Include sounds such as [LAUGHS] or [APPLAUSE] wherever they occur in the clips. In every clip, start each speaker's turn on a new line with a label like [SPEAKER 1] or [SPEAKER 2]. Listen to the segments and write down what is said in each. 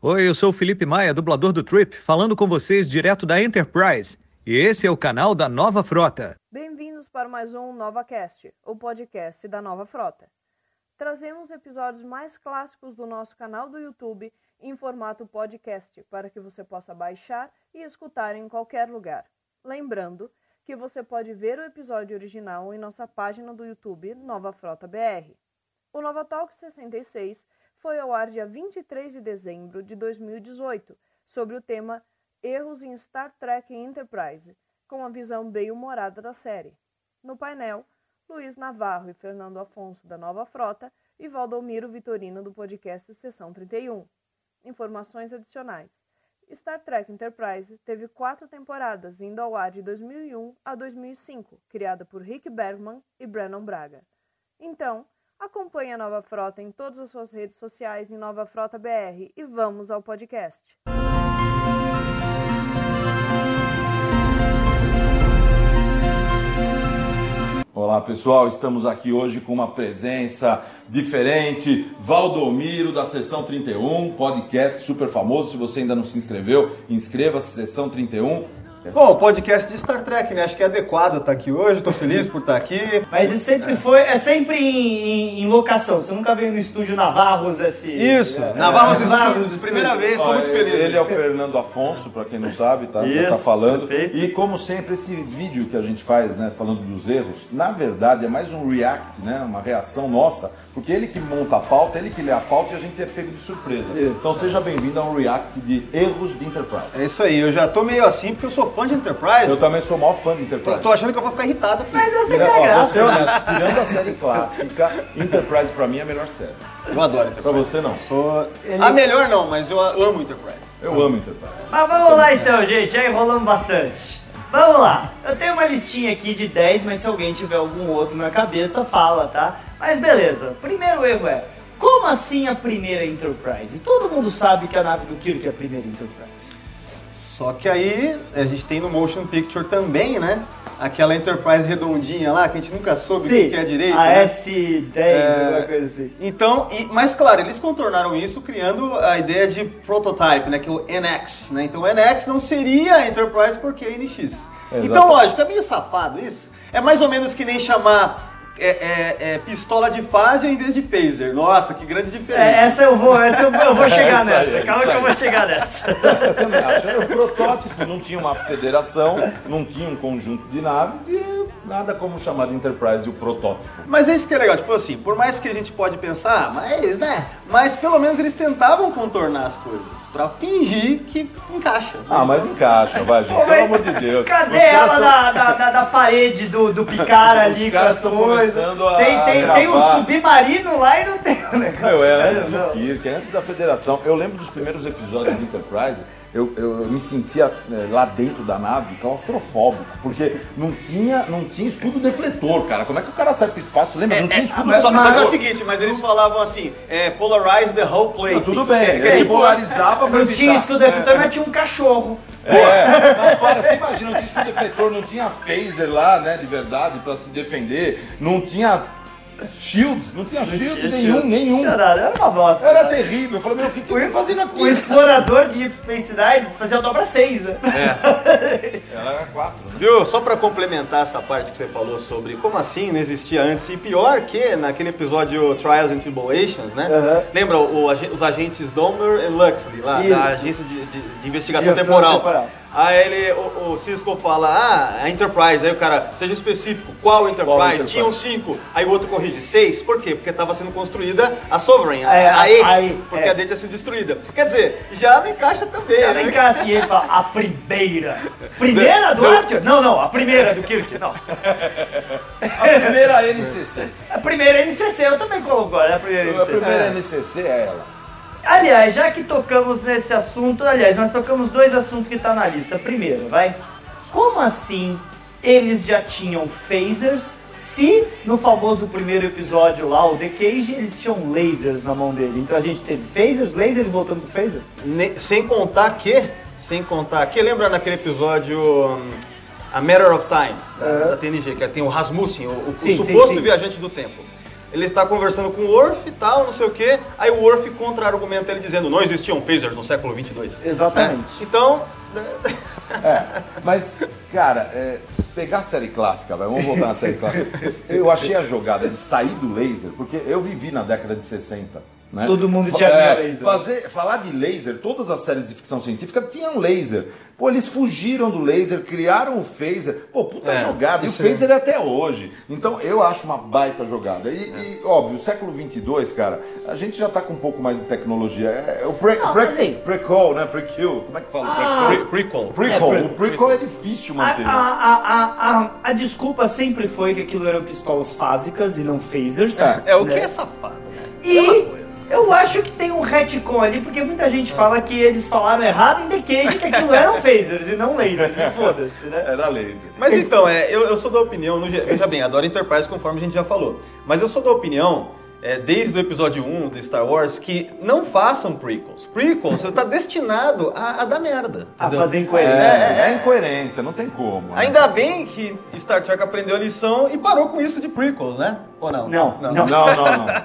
[SPEAKER 1] Oi, eu sou o Felipe Maia, dublador do Trip, falando com vocês direto da Enterprise. E esse é o canal da Nova Frota.
[SPEAKER 2] Bem-vindos para mais um NovaCast, o podcast da Nova Frota. Trazemos episódios mais clássicos do nosso canal do YouTube em formato podcast para que você possa baixar e escutar em qualquer lugar. Lembrando que você pode ver o episódio original em nossa página do YouTube Nova Frota BR. O Nova Talk 66 foi ao ar dia 23 de dezembro de 2018, sobre o tema Erros em Star Trek Enterprise, com a visão bem humorada da série. No painel, Luiz Navarro e Fernando Afonso da Nova Frota e Valdomiro Vitorino do podcast Sessão 31. Informações adicionais. Star Trek Enterprise teve quatro temporadas, indo ao ar de 2001 a 2005, criada por Rick Bergman e Brennan Braga. Então, acompanhe a Nova Frota em todas as suas redes sociais em Nova Frota BR e vamos ao podcast.
[SPEAKER 3] Olá pessoal, estamos aqui hoje com uma presença diferente. Valdomiro da Sessão 31, podcast super famoso. Se você ainda não se inscreveu, inscreva-se, Sessão 31.
[SPEAKER 4] Bom, podcast de Star Trek, né? Acho que é adequado estar aqui hoje, tô feliz por estar aqui.
[SPEAKER 5] Mas isso sempre foi, é sempre em, em- em locação. Você nunca veio no estúdio Navarros esse.
[SPEAKER 4] Isso,
[SPEAKER 5] é,
[SPEAKER 4] Navarros
[SPEAKER 5] é,
[SPEAKER 4] Studios, Ah, primeira vez, tô
[SPEAKER 3] Ó,
[SPEAKER 4] muito feliz.
[SPEAKER 3] Ele é o Fernando Afonso, para quem não sabe, tá? Já tá
[SPEAKER 5] Isso,
[SPEAKER 3] falando.
[SPEAKER 5] perfeito.
[SPEAKER 3] E como sempre, esse vídeo que a gente faz, né, falando dos erros, na verdade é mais um react, né? Uma reação nossa, porque ele que monta a pauta, ele que lê a pauta e a gente é pego de surpresa.
[SPEAKER 4] Isso.
[SPEAKER 3] Então seja bem-vindo a um react de erros de Enterprise.
[SPEAKER 4] É isso aí, eu já tô meio assim porque eu sou fã de Enterprise.
[SPEAKER 3] um- Eu também sou maior fã de
[SPEAKER 4] Tô,
[SPEAKER 3] Enterprise.
[SPEAKER 4] tô achando que eu vou ficar irritado aqui. Mas assim,
[SPEAKER 3] Tira- ó, vou ser honesto, tirando a série clássica, Enterprise pra mim é a melhor série.
[SPEAKER 4] eu adoro
[SPEAKER 3] Pra
[SPEAKER 4] Enterprise.
[SPEAKER 3] você não.
[SPEAKER 4] Sou... A melhor não, mas eu a- amo Enterprise.
[SPEAKER 3] Eu amo Enterprise.
[SPEAKER 5] Mas vamos lá então, gente, já enrolamos bastante. Vamos lá, eu tenho uma listinha aqui de 10, mas se alguém tiver algum outro na cabeça, fala, tá? Mas beleza, primeiro erro é: como assim a primeira Enterprise? Todo mundo sabe que a nave do Kirk é a primeira Enterprise.
[SPEAKER 4] Só que aí a gente tem no Motion Picture também, né? Aquela Enterprise redondinha lá que a gente nunca soube o que que é direito.
[SPEAKER 5] a
[SPEAKER 4] né?
[SPEAKER 5] S10,
[SPEAKER 4] É.
[SPEAKER 5] alguma coisa assim.
[SPEAKER 4] Então, e, mas claro, eles contornaram isso criando a ideia de prototype, né, que é o NX, né? Então, o NX não seria a Enterprise porque é NX. Então, lógico, é meio safado isso. É mais ou menos que nem chamar é, é, é, pistola de fase ao invés de phaser. Nossa, que grande diferença.
[SPEAKER 5] É, essa eu vou, essa eu vou,
[SPEAKER 4] [LAUGHS] É
[SPEAKER 5] eu vou chegar
[SPEAKER 3] Essa aí,
[SPEAKER 5] nessa. Calma
[SPEAKER 3] essa
[SPEAKER 5] que eu
[SPEAKER 3] aí.
[SPEAKER 5] vou chegar nessa.
[SPEAKER 3] Eu também acho. Era o protótipo, não tinha uma federação, não tinha um conjunto de naves e nada como chamar de Enterprise o protótipo.
[SPEAKER 4] Mas é isso que é legal, tipo assim, por mais que a gente pode pensar, "Ah, mas, né? Mas pelo menos eles tentavam contornar as coisas pra fingir que encaixa. né?
[SPEAKER 3] Ah, mas encaixa, vai, gente. Pelo amor de Deus.
[SPEAKER 5] Cadê
[SPEAKER 3] Os caras
[SPEAKER 5] ela
[SPEAKER 3] tão-
[SPEAKER 5] da, da, da, da parede do, do Picar ali?
[SPEAKER 3] Os
[SPEAKER 5] com
[SPEAKER 3] caras
[SPEAKER 5] as
[SPEAKER 3] tão
[SPEAKER 5] coisas?
[SPEAKER 3] começando a
[SPEAKER 5] Tem, tem, tem um
[SPEAKER 3] gravar.
[SPEAKER 5] submarino lá e não tem o negócio.
[SPEAKER 3] Meu, é
[SPEAKER 5] cara,
[SPEAKER 3] antes do
[SPEAKER 5] não.
[SPEAKER 3] Kirk, é antes da federação. Eu lembro dos primeiros episódios de Enterprise, eu, eu- eu me sentia é, lá dentro da nave claustrofóbico, porque não tinha, não tinha escudo defletor, cara. Como é que o cara sai pro espaço? Lembra? Não tinha escudo
[SPEAKER 4] Mas só, só que é o
[SPEAKER 3] defletor.
[SPEAKER 4] seguinte, mas eles falavam assim, é, polarize the whole plate.
[SPEAKER 3] Não, tudo bem,
[SPEAKER 4] É, que é
[SPEAKER 3] ele
[SPEAKER 4] tipo,
[SPEAKER 3] polarizava pra
[SPEAKER 5] Não tinha
[SPEAKER 3] evitar.
[SPEAKER 5] escudo defletor, mas tinha um cachorro.
[SPEAKER 3] É, mas para, você imagina, não tinha escudo defletor, não tinha phaser lá, né, de verdade, pra se defender, não tinha shields, não tinha shield
[SPEAKER 5] Tinha
[SPEAKER 3] nenhum,
[SPEAKER 5] shield.
[SPEAKER 3] nenhum.
[SPEAKER 5] Tinha nada, Era uma bosta.
[SPEAKER 3] Era
[SPEAKER 5] cara.
[SPEAKER 3] terrível. Eu falei, meu, o que, que eu
[SPEAKER 5] O-
[SPEAKER 3] vou fazer na
[SPEAKER 5] O
[SPEAKER 3] pista?
[SPEAKER 5] explorador de felicidade fazia dobra né? 6.
[SPEAKER 3] Ela era quatro, né?
[SPEAKER 4] Viu? Só pra complementar essa parte que você falou sobre como assim não existia antes e pior que naquele episódio Trials and Tribulations, né?
[SPEAKER 5] Aham.
[SPEAKER 4] Lembra o ag- os agentes Domner e Luxley lá
[SPEAKER 5] Isso.
[SPEAKER 4] da agência de, de- de investigação
[SPEAKER 5] Investigação
[SPEAKER 4] temporal.
[SPEAKER 5] temporal.
[SPEAKER 4] Aí ele, o, o Cisco fala, ah, a Enterprise. Aí o cara, seja específico, qual Enterprise?
[SPEAKER 3] Enterprise?
[SPEAKER 4] Tinham cinco. Aí o outro corrige, seis. Por quê? Porque tava sendo construída a Sovereign,
[SPEAKER 5] É,
[SPEAKER 4] a,
[SPEAKER 5] a-
[SPEAKER 4] E,
[SPEAKER 5] a E,
[SPEAKER 4] porque
[SPEAKER 5] é.
[SPEAKER 4] a D tinha sido destruída. Quer dizer, já não encaixa também,
[SPEAKER 5] [LAUGHS] Cara,
[SPEAKER 4] né?
[SPEAKER 5] vem cá, assim, ele fala, a primeira. Primeira do Archer? Não, não, a primeira do Kirk, não.
[SPEAKER 3] A primeira NCC.
[SPEAKER 5] A primeira NCC, eu também coloco, olha, a primeira NCC.
[SPEAKER 3] A primeira NCC é ela.
[SPEAKER 5] Aliás, já que tocamos nesse assunto, aliás, nós tocamos dois assuntos que tá na lista. Primeiro, vai. Como assim eles já tinham phasers se no famoso primeiro episódio lá, o The Cage, eles tinham lasers na mão dele? Então a gente teve phasers, lasers voltando pro phaser?
[SPEAKER 4] Ne- sem contar que, sem contar que, lembra naquele episódio hum, A Matter of Time, da, da TNG, que tem o Rasmussen, o, o- o
[SPEAKER 5] É. Sim, sim,
[SPEAKER 4] suposto
[SPEAKER 5] sim.
[SPEAKER 4] viajante do tempo. Ele está conversando com o Worf e tal, não sei o quê. Aí o Worf contra-argumenta ele dizendo: não existiam phasers no século 22.
[SPEAKER 5] Exatamente.
[SPEAKER 4] Então,
[SPEAKER 3] É, mas, cara, é, pegar a série clássica, vai, vamos voltar na série clássica. Eu achei a jogada de sair do laser, porque eu vivi na década de 60. Né?
[SPEAKER 5] Todo mundo
[SPEAKER 3] Fa-
[SPEAKER 5] tinha
[SPEAKER 3] é,
[SPEAKER 5] laser.
[SPEAKER 3] Fazer, falar de laser, todas as séries de ficção científica tinham laser. Pô, eles fugiram do laser, criaram o phaser. Pô, puta
[SPEAKER 4] É,
[SPEAKER 3] jogada. E o
[SPEAKER 4] isso mesmo.
[SPEAKER 3] phaser é até hoje. Então, eu acho uma baita jogada. E, e, óbvio, o século 22, cara, a gente já tá com um pouco mais de tecnologia. É, é o pre,
[SPEAKER 5] Não,
[SPEAKER 3] pre,
[SPEAKER 5] mas assim-
[SPEAKER 3] pre-call, né? Pre-kill. Como é que fala?
[SPEAKER 5] Ah,
[SPEAKER 4] pre- prequel.
[SPEAKER 3] Prequel.
[SPEAKER 5] É, pre-
[SPEAKER 3] o prequel é difícil
[SPEAKER 5] [LAUGHS] A,
[SPEAKER 3] manter.
[SPEAKER 5] a, a, a, a, a desculpa sempre foi que aquilo eram pistolas fásicas e não phasers.
[SPEAKER 3] É.
[SPEAKER 4] É o que
[SPEAKER 5] né?
[SPEAKER 4] é safado, né?
[SPEAKER 5] E eu acho que tem um retcon ali, porque muita gente fala que eles falaram errado em The Cage que
[SPEAKER 3] [LAUGHS]
[SPEAKER 5] aquilo eram phasers e não lasers. e Foda-se, né?
[SPEAKER 3] Era laser.
[SPEAKER 4] Mas então, é, eu, eu sou da opinião, no, ge- veja bem, adoro Enterprise conforme a gente já falou, mas eu sou da opinião, é, desde o episódio 1 do Star Wars, que não façam prequels. Prequels você está [LAUGHS] destinado a, a dar merda.
[SPEAKER 5] A
[SPEAKER 4] entendeu?
[SPEAKER 5] fazer
[SPEAKER 3] É,
[SPEAKER 5] incoerência.
[SPEAKER 3] é, é incoerência, não tem como. né?
[SPEAKER 4] Ainda bem que Star Trek aprendeu a lição e parou com isso de prequels, né? Ou não?
[SPEAKER 5] Não,
[SPEAKER 3] Não, não, não.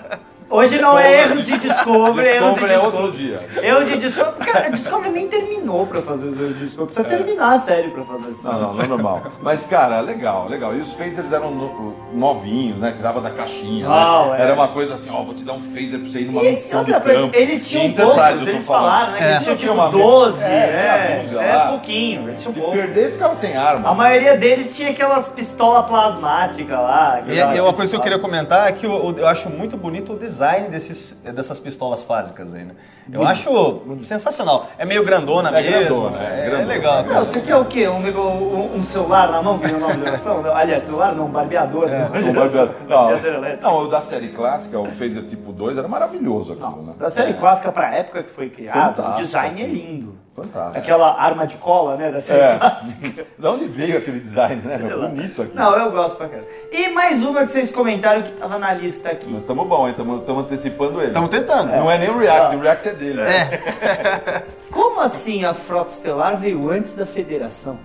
[SPEAKER 5] Hoje não é erros de Discovery, é erros de
[SPEAKER 3] Descobre é
[SPEAKER 5] Discovery.
[SPEAKER 3] outro dia.
[SPEAKER 5] Erro de Discovery, porque a Discovery nem terminou pra fazer os erros de Discovery. Precisa terminar a série pra fazer isso.
[SPEAKER 3] É. Não, não, não é normal. Mas, cara, legal, legal. E os phasers eram no- novinhos, né? Que dava da caixinha. né?
[SPEAKER 5] Uau, é.
[SPEAKER 3] Era uma coisa assim, ó, vou te dar um phaser pra você ir numa
[SPEAKER 5] E
[SPEAKER 3] missão de
[SPEAKER 5] é outra coisa,
[SPEAKER 3] campo.
[SPEAKER 5] eles tinham
[SPEAKER 3] De Enterprise, eu tô
[SPEAKER 5] poucos, um eles
[SPEAKER 3] falando.
[SPEAKER 5] falaram, né? Que
[SPEAKER 3] É.
[SPEAKER 5] eles tinham
[SPEAKER 3] Tinha
[SPEAKER 5] tipo
[SPEAKER 3] uma-
[SPEAKER 5] 12,
[SPEAKER 3] é,
[SPEAKER 5] é,
[SPEAKER 3] tinha uma blusa
[SPEAKER 5] é,
[SPEAKER 3] lá.
[SPEAKER 5] pouquinho, eles tinham
[SPEAKER 3] Se
[SPEAKER 5] pouco.
[SPEAKER 3] perder, ficava sem arma. [LAUGHS]
[SPEAKER 5] A maioria deles tinha aquelas pistolas plasmáticas lá.
[SPEAKER 4] E, e uma coisa que eu queria comentar é que eu, eu acho muito bonito o design desses, dessas pistolas fásicas aí, né? Eu acho sensacional. É meio grandona
[SPEAKER 3] É
[SPEAKER 4] mesmo.
[SPEAKER 3] grandona, é
[SPEAKER 4] é, é
[SPEAKER 3] grandona.
[SPEAKER 4] legal.
[SPEAKER 5] Não, você quer o quê? Um, micro- um- um celular na mão que não é nova geração? Não, aliás, celular não, um barbeador. [LAUGHS] É,
[SPEAKER 3] Não, barbeado.
[SPEAKER 5] barbeador
[SPEAKER 3] [LAUGHS] Não,
[SPEAKER 5] elétrico.
[SPEAKER 3] não, o da série clássica, o phaser tipo 2, era maravilhoso aquilo, né?
[SPEAKER 5] A série clássica pra época que foi criada, o
[SPEAKER 3] Fantástico.
[SPEAKER 5] design é lindo.
[SPEAKER 3] Fantástico.
[SPEAKER 5] Aquela arma de cola, né, da série
[SPEAKER 3] É.
[SPEAKER 5] clássica.
[SPEAKER 3] Da onde veio aquele design, né?
[SPEAKER 5] Sei
[SPEAKER 3] meu?
[SPEAKER 5] lá.
[SPEAKER 3] Bonito aqui.
[SPEAKER 5] Não, eu gosto pra caramba. E mais uma que vocês comentaram que tava na lista aqui.
[SPEAKER 3] Nós estamos bom, hein? Estamos antecipando ele.
[SPEAKER 4] Estamos tentando.
[SPEAKER 3] Não é nem o React, o React é dele. É.
[SPEAKER 5] Como assim a frota estelar veio antes da federação?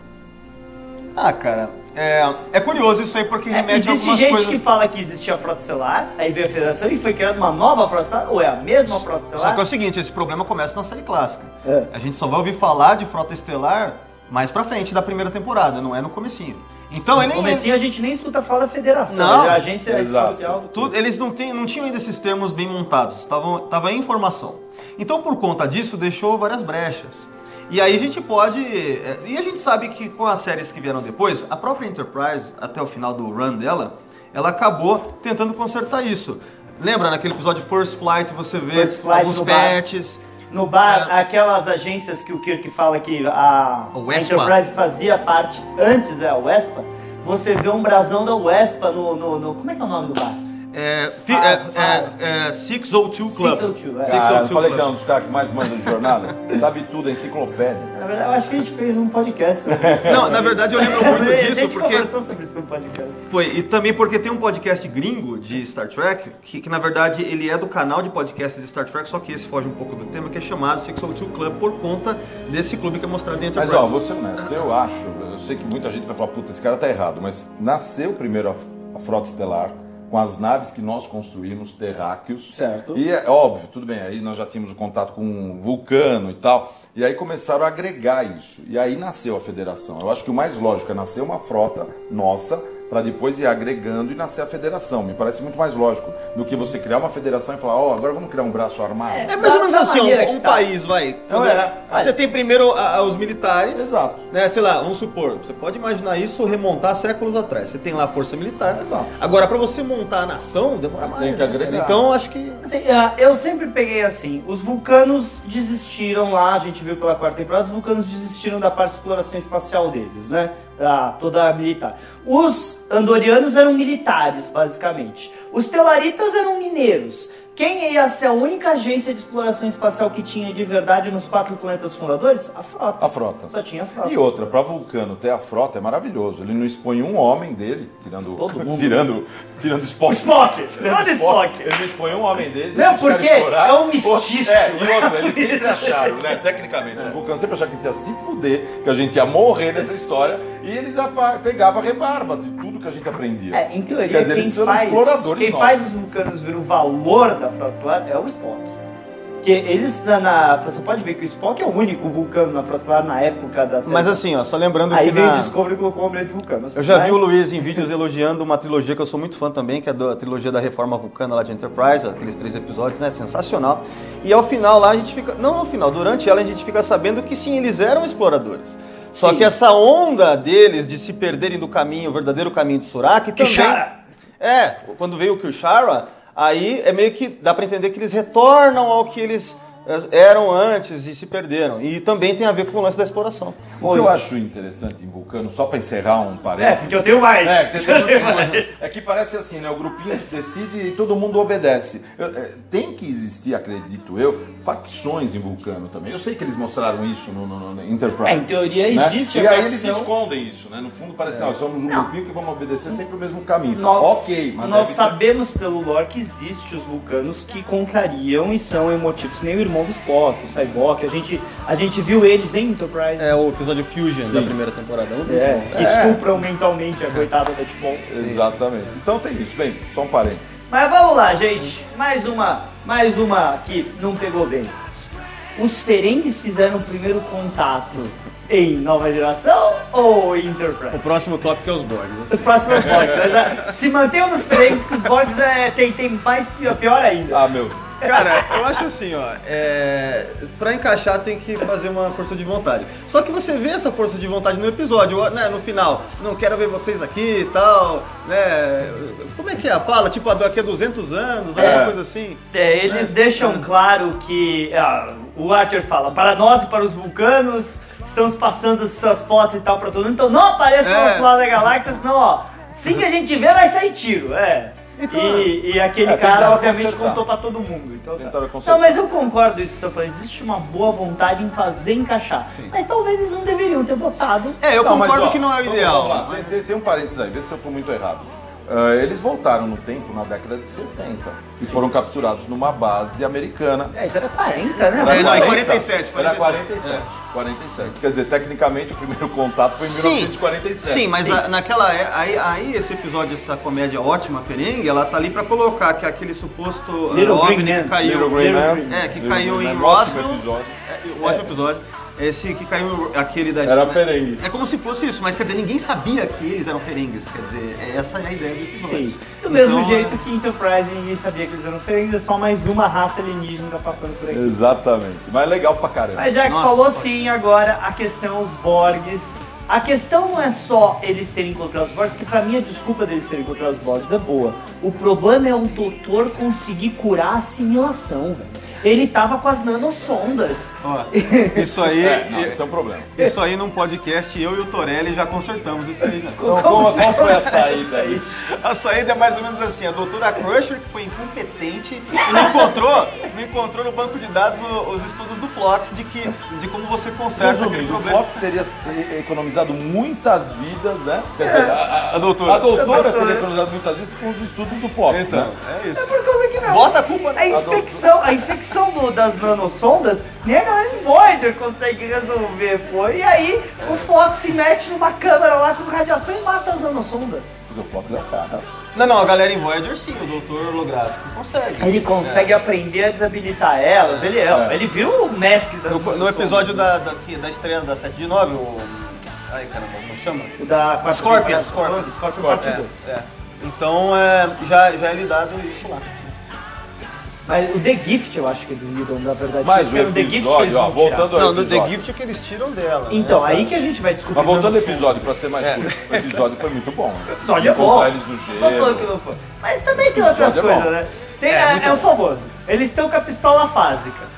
[SPEAKER 4] Ah, cara, é, é curioso isso aí porque remete a
[SPEAKER 5] existe
[SPEAKER 4] É, algumas
[SPEAKER 5] gente
[SPEAKER 4] coisas.
[SPEAKER 5] que fala que existia a frota estelar, aí veio a federação e foi criada uma nova frota estelar, ou é a mesma frota
[SPEAKER 4] Só
[SPEAKER 5] estelar?
[SPEAKER 4] que é o seguinte, esse problema começa na série clássica.
[SPEAKER 5] É.
[SPEAKER 4] A gente só vai ouvir falar de Frota Estelar mais pra frente da primeira temporada, não é no comecinho. Então
[SPEAKER 5] No
[SPEAKER 4] ele nem
[SPEAKER 5] comecinho a gente nem escuta falar da federação,
[SPEAKER 4] Não.
[SPEAKER 5] é a agência
[SPEAKER 3] Exato.
[SPEAKER 5] espacial.
[SPEAKER 4] Tudo- eles não, tem- não tinham ainda esses termos bem montados, estavam, tava em formação. Então, por conta disso, deixou várias brechas. E aí a gente pode. é, E a gente sabe que com as séries que vieram depois, a própria Enterprise, até o final do run dela, ela acabou tentando consertar isso. Lembra naquele episódio First Flight, você vê
[SPEAKER 5] First Flight
[SPEAKER 4] alguns
[SPEAKER 5] no bar.
[SPEAKER 4] patches.
[SPEAKER 5] No bar,
[SPEAKER 4] É.
[SPEAKER 5] aquelas agências que o Kirk fala que a
[SPEAKER 4] O
[SPEAKER 5] a
[SPEAKER 4] Wespa.
[SPEAKER 5] Enterprise fazia parte antes, é a Wespa, você vê um brasão da Wespa no, no, no- Como é que é o nome do bar?
[SPEAKER 4] É, fi-
[SPEAKER 5] Ah,
[SPEAKER 4] é,
[SPEAKER 5] fala.
[SPEAKER 4] é, é, 602 Club.
[SPEAKER 5] 602, é.
[SPEAKER 3] Cara, eu
[SPEAKER 4] 602
[SPEAKER 3] falei que é
[SPEAKER 4] Club.
[SPEAKER 3] um dos caras que mais manda de jornada. Sabe tudo, é enciclopédia.
[SPEAKER 5] Na verdade, eu acho que a gente fez um podcast sobre isso.
[SPEAKER 4] Não, na verdade eu lembro muito
[SPEAKER 5] [LAUGHS] a
[SPEAKER 4] disso
[SPEAKER 5] gente
[SPEAKER 4] porque.
[SPEAKER 5] conversou sobre isso no podcast.
[SPEAKER 4] Foi, e também porque tem um podcast gringo de Star Trek, que, que, na verdade ele é do canal de podcasts de Star Trek, só que esse foge um pouco do tema, que é chamado 602 Club por conta desse clube que é mostrado em
[SPEAKER 3] Mas
[SPEAKER 4] Enterprise.
[SPEAKER 3] ó, vou ser honesto, eu acho, eu sei que muita gente vai falar, puta, esse cara tá errado, mas nasceu primeiro a, a frota estelar com as naves que nós construímos, terráqueos.
[SPEAKER 5] Certo.
[SPEAKER 3] E é óbvio, tudo bem, aí nós já tínhamos o contato com um vulcano e tal, e aí começaram a agregar isso. E aí nasceu a federação. Eu acho que o mais lógico é nascer uma frota nossa para depois ir agregando e nascer a federação. Me parece muito mais lógico do que você criar uma federação e falar, ó, agora vamos criar um braço armado.
[SPEAKER 4] É mais ou menos
[SPEAKER 5] Da- da
[SPEAKER 4] assim,
[SPEAKER 5] maneira
[SPEAKER 4] um,
[SPEAKER 5] que
[SPEAKER 4] um
[SPEAKER 5] tá.
[SPEAKER 4] país, vai. Quando
[SPEAKER 5] é, vai.
[SPEAKER 4] Você tem primeiro a- a- os militares,
[SPEAKER 3] Exato.
[SPEAKER 4] né? Sei lá, vamos supor, você pode imaginar isso remontar séculos atrás. Você tem lá a força militar.
[SPEAKER 3] Exato.
[SPEAKER 4] Agora, pra você montar a nação, demora mais.
[SPEAKER 3] que
[SPEAKER 4] né, cara?
[SPEAKER 3] agregar.
[SPEAKER 4] Então acho que.
[SPEAKER 5] Assim, ah, eu sempre peguei assim, os vulcanos desistiram lá, a gente viu pela quarta temporada, os vulcanos desistiram da parte de exploração espacial deles, né? Ah, toda a militar. Os andorianos eram militares, basicamente. Os telaritas eram mineiros. Quem Quem ia ser a única agência de exploração espacial que tinha de verdade nos quatro planetas fundadores? A frota.
[SPEAKER 3] A frota.
[SPEAKER 5] Só tinha a frota.
[SPEAKER 3] E outra, pra Vulcano ter a frota é maravilhoso. Ele não expõe um homem dele, tirando.
[SPEAKER 5] Todo mundo.
[SPEAKER 3] [LAUGHS] Tirando, tirando Spock.
[SPEAKER 5] Spock! Olha o Spock!
[SPEAKER 3] Ele não expõe um homem dele.
[SPEAKER 5] Não,
[SPEAKER 3] deixa os caras
[SPEAKER 5] porque
[SPEAKER 3] explorar.
[SPEAKER 5] é um mestiço.
[SPEAKER 3] É, e outra, eles sempre acharam, né? Tecnicamente, os Vulcanos sempre acharam que a gente ia se fuder, que a gente ia morrer nessa história. E eles apa- pegavam a rebarba de tudo que a gente aprendia.
[SPEAKER 5] É, em teoria,
[SPEAKER 3] Quer dizer,
[SPEAKER 5] quem,
[SPEAKER 3] eles foram
[SPEAKER 5] faz,
[SPEAKER 3] exploradores
[SPEAKER 5] quem
[SPEAKER 3] nossos.
[SPEAKER 5] faz os vulcanos ver o valor da Frota Solar é o Spock. Porque eles, na, na- você pode ver que o Spock é o único vulcano na Frota Solar na época da série.
[SPEAKER 4] Mas assim, ó, só lembrando
[SPEAKER 5] Aí
[SPEAKER 4] que
[SPEAKER 5] veio
[SPEAKER 4] na-
[SPEAKER 5] o Discovery e colocou o Homem de né? Vulcano.
[SPEAKER 4] Eu já
[SPEAKER 5] Mas-
[SPEAKER 4] vi o Luiz em vídeos elogiando uma trilogia que eu sou muito fã também, que é a trilogia da Reforma Vulcana lá de Enterprise, aqueles três episódios, né? Sensacional. E ao final lá a gente fica. Não ao final, durante ela a gente fica sabendo que sim, eles eram exploradores. Só
[SPEAKER 5] Sim.
[SPEAKER 4] que essa onda deles de se perderem do caminho, o verdadeiro caminho de Surak, também.
[SPEAKER 5] Kishara.
[SPEAKER 4] É, quando veio o Kishara, aí é meio que dá pra entender que eles retornam ao que eles eh, eram antes e se perderam. E também tem a ver com o lance da exploração.
[SPEAKER 3] O que eu acho interessante em Vulcano, só pra encerrar um
[SPEAKER 5] É,
[SPEAKER 3] parênteses.
[SPEAKER 5] porque eu tenho mais.
[SPEAKER 3] É, que você
[SPEAKER 5] [LAUGHS]
[SPEAKER 3] tem
[SPEAKER 5] Eu tenho
[SPEAKER 3] outra
[SPEAKER 5] mais.
[SPEAKER 3] coisa. É que parece assim, né? O grupinho decide e todo mundo obedece. Eu- é, tem que existir, acredito eu, facções em Vulcano também. Eu sei que eles mostraram isso no, no- no Enterprise.
[SPEAKER 5] É, em teoria
[SPEAKER 3] né?
[SPEAKER 5] existe
[SPEAKER 3] E
[SPEAKER 5] a
[SPEAKER 3] aí eles
[SPEAKER 5] facção- É.
[SPEAKER 3] escondem isso, né? No fundo parece, ó, somos um grupinho que vamos obedecer sempre o mesmo caminho.
[SPEAKER 5] Nós,
[SPEAKER 3] ok, mas
[SPEAKER 5] nós
[SPEAKER 3] deve ter-
[SPEAKER 5] sabemos pelo lore que existe os vulcanos que contrariam e são emotivos, que nem o irmão do Spock, o Cyborg. A gente, a gente viu eles em Enterprise.
[SPEAKER 4] É o episódio Fusion da primeira temporada.
[SPEAKER 5] É, que estupram mentalmente a coitada da Tibon.
[SPEAKER 3] Exatamente. Então tem isso. Bem, só um parênteses.
[SPEAKER 5] Mas vamos lá, gente. Mais uma, mais uma que não pegou bem. Os Ferengues fizeram o primeiro contato em Nova Geração ou em
[SPEAKER 4] O
[SPEAKER 5] Enterprise?
[SPEAKER 4] próximo tópico é os
[SPEAKER 3] [LAUGHS]
[SPEAKER 4] Borgs.
[SPEAKER 5] Os próximos Borgs. né? Já- Se mantenham nos Ferengues, que os Borgs é, tem, tem mais pior, pior ainda.
[SPEAKER 3] Ah, meu.
[SPEAKER 4] Cara, eu acho assim, ó. É... Pra encaixar tem que fazer uma força de vontade. Só que você vê essa força de vontade no episódio, ó, né? No final. Não quero ver vocês aqui e tal, né? Como é que é a fala? Tipo, ah, daqui a 200 anos, alguma
[SPEAKER 3] É.
[SPEAKER 4] coisa assim.
[SPEAKER 5] É, eles deixam claro que ah, o Archer fala para nós e para os vulcanos, estamos passando essas fotos e tal para todo mundo, então não apareça
[SPEAKER 4] É.
[SPEAKER 5] do nosso lado da galáxia, senão ó, assim que a gente vê vai sair tiro, é.
[SPEAKER 4] Então,
[SPEAKER 5] e, e aquele
[SPEAKER 3] é,
[SPEAKER 5] cara
[SPEAKER 3] tentaram
[SPEAKER 5] obviamente
[SPEAKER 3] consertar.
[SPEAKER 5] contou para todo mundo. Então, tá.
[SPEAKER 3] Tentaram consertar.
[SPEAKER 5] Não, mas eu concordo isso, que você falou, existe uma boa vontade em fazer encaixar. Mas talvez eles não deveriam ter botado.
[SPEAKER 4] É, eu
[SPEAKER 3] Não, mas,
[SPEAKER 4] concordo
[SPEAKER 3] ó,
[SPEAKER 4] que não é o
[SPEAKER 3] vamos-
[SPEAKER 4] ideal.
[SPEAKER 3] vamos lá, tem- Tem, tem um parênteses aí, vê se eu tô muito errado. Ah, eles voltaram no tempo, na década de 60, e foram capturados numa base americana.
[SPEAKER 5] É, isso era 40, né?
[SPEAKER 4] É, não, é
[SPEAKER 5] Mas-
[SPEAKER 4] 47,
[SPEAKER 3] Era
[SPEAKER 4] 47.
[SPEAKER 3] 47. 47. Quer dizer, tecnicamente, o primeiro contato foi em
[SPEAKER 4] Sim.
[SPEAKER 3] 1947.
[SPEAKER 4] Sim, mas a- naquela. é- Aí, aí esse episódio, essa comédia ótima, Ferengue, ela tá ali pra colocar que aquele suposto eh,
[SPEAKER 5] Little Green
[SPEAKER 4] OVNI
[SPEAKER 5] Man.
[SPEAKER 4] que caiu.
[SPEAKER 5] Little Green Man.
[SPEAKER 4] É, que
[SPEAKER 3] Little
[SPEAKER 4] caiu
[SPEAKER 3] Green
[SPEAKER 4] em
[SPEAKER 3] Man, ótimo
[SPEAKER 4] Roswell.
[SPEAKER 3] episódio.
[SPEAKER 4] É, o ótimo episódio. Esse que caiu, aquele da
[SPEAKER 3] Era Ferengue.
[SPEAKER 4] É como se fosse isso, mas quer dizer, ninguém sabia que eles eram Ferengues. Quer dizer, é- essa é a ideia do episódio.
[SPEAKER 5] Sim. Do mesmo
[SPEAKER 4] Então,
[SPEAKER 5] jeito que Enterprise ninguém sabia que eles eram Ferengues, é só mais uma raça alienígena passando por aqui.
[SPEAKER 3] Exatamente. Mas é legal pra caramba.
[SPEAKER 5] Mas já que
[SPEAKER 4] Nossa,
[SPEAKER 5] falou
[SPEAKER 4] pode.
[SPEAKER 5] sim agora, a questão os Borgs. A questão não é só eles terem encontrado os Borgs, que pra mim a desculpa deles terem encontrado os Borgs é boa. O problema é o doutor conseguir curar a assimilação, velho. Ele tava com as nanosondas.
[SPEAKER 4] ó, isso aí.
[SPEAKER 3] É, não, esse é um problema.
[SPEAKER 4] Isso aí num podcast, eu e o Torelli já consertamos isso aí já.
[SPEAKER 3] Então, como, como foi a saída aí?
[SPEAKER 4] A saída é mais ou menos assim, a doutora Crusher, que foi incompetente, e não encontrou, não encontrou no banco de dados o- os estudos do Plox de, que, de como você conserta aquele
[SPEAKER 3] Resumindo, o
[SPEAKER 4] problema.
[SPEAKER 3] Fox teria eh, economizado muitas vidas, né? Quer dizer, a- a-
[SPEAKER 4] A É. doutora.
[SPEAKER 3] A doutora
[SPEAKER 5] doutora.
[SPEAKER 3] teria economizado muitas vezes com os estudos do Fox.
[SPEAKER 4] Então,
[SPEAKER 3] né?
[SPEAKER 4] é isso.
[SPEAKER 5] Por causa que não.
[SPEAKER 4] Bota a culpa
[SPEAKER 5] A
[SPEAKER 4] na
[SPEAKER 5] infecção, a infecção do- das nanosondas, nem a galera de Voyager consegue resolver, pô. E aí o Fox se mete numa câmera lá com radiação e mata as nanosondas.
[SPEAKER 3] Porque o Fox é cara.
[SPEAKER 4] Não, não, a galera em Voyager sim, o doutor holográfico consegue. É.
[SPEAKER 5] Ele consegue aprender a desabilitar elas, ele é,
[SPEAKER 3] É.
[SPEAKER 5] ele viu o mestre das
[SPEAKER 4] No, no
[SPEAKER 5] nanosondas.
[SPEAKER 4] episódio
[SPEAKER 5] né?
[SPEAKER 4] da, da, que- da estreia da 7 de 9, o. Ai caramba, como chama?
[SPEAKER 5] O da quarta
[SPEAKER 4] Scorpion,
[SPEAKER 5] temporada.
[SPEAKER 4] Scorpion.
[SPEAKER 5] Scorpion parte
[SPEAKER 4] É,
[SPEAKER 5] 2.
[SPEAKER 4] é. Então é, já, já é lidado isso lá.
[SPEAKER 5] Mas o The Gift eu acho que eles lidam, na verdade.
[SPEAKER 3] Mas o
[SPEAKER 5] porque no The Gift que eles
[SPEAKER 3] episódio, ó,
[SPEAKER 5] vão tirar.
[SPEAKER 3] voltando
[SPEAKER 4] Não,
[SPEAKER 3] ao
[SPEAKER 4] no The
[SPEAKER 3] episódio.
[SPEAKER 4] Gift é que eles tiram dela. né?
[SPEAKER 5] Então, aí que a gente vai descobrir.
[SPEAKER 3] Mas voltando
[SPEAKER 5] no
[SPEAKER 3] ao episódio, pra ser mais curto, o episódio foi muito bom. né?
[SPEAKER 5] fundo. Episódio é bom.
[SPEAKER 3] Encontrar eles no
[SPEAKER 5] Não tô falando que
[SPEAKER 3] gelo.
[SPEAKER 5] não foi. Mas também tem outras
[SPEAKER 3] Episódio é
[SPEAKER 5] coisas,
[SPEAKER 3] bom.
[SPEAKER 5] né? Tem,
[SPEAKER 4] É,
[SPEAKER 5] é,
[SPEAKER 4] muito
[SPEAKER 5] é o
[SPEAKER 4] bom.
[SPEAKER 5] famoso. Eles um estão com a pistola fásica.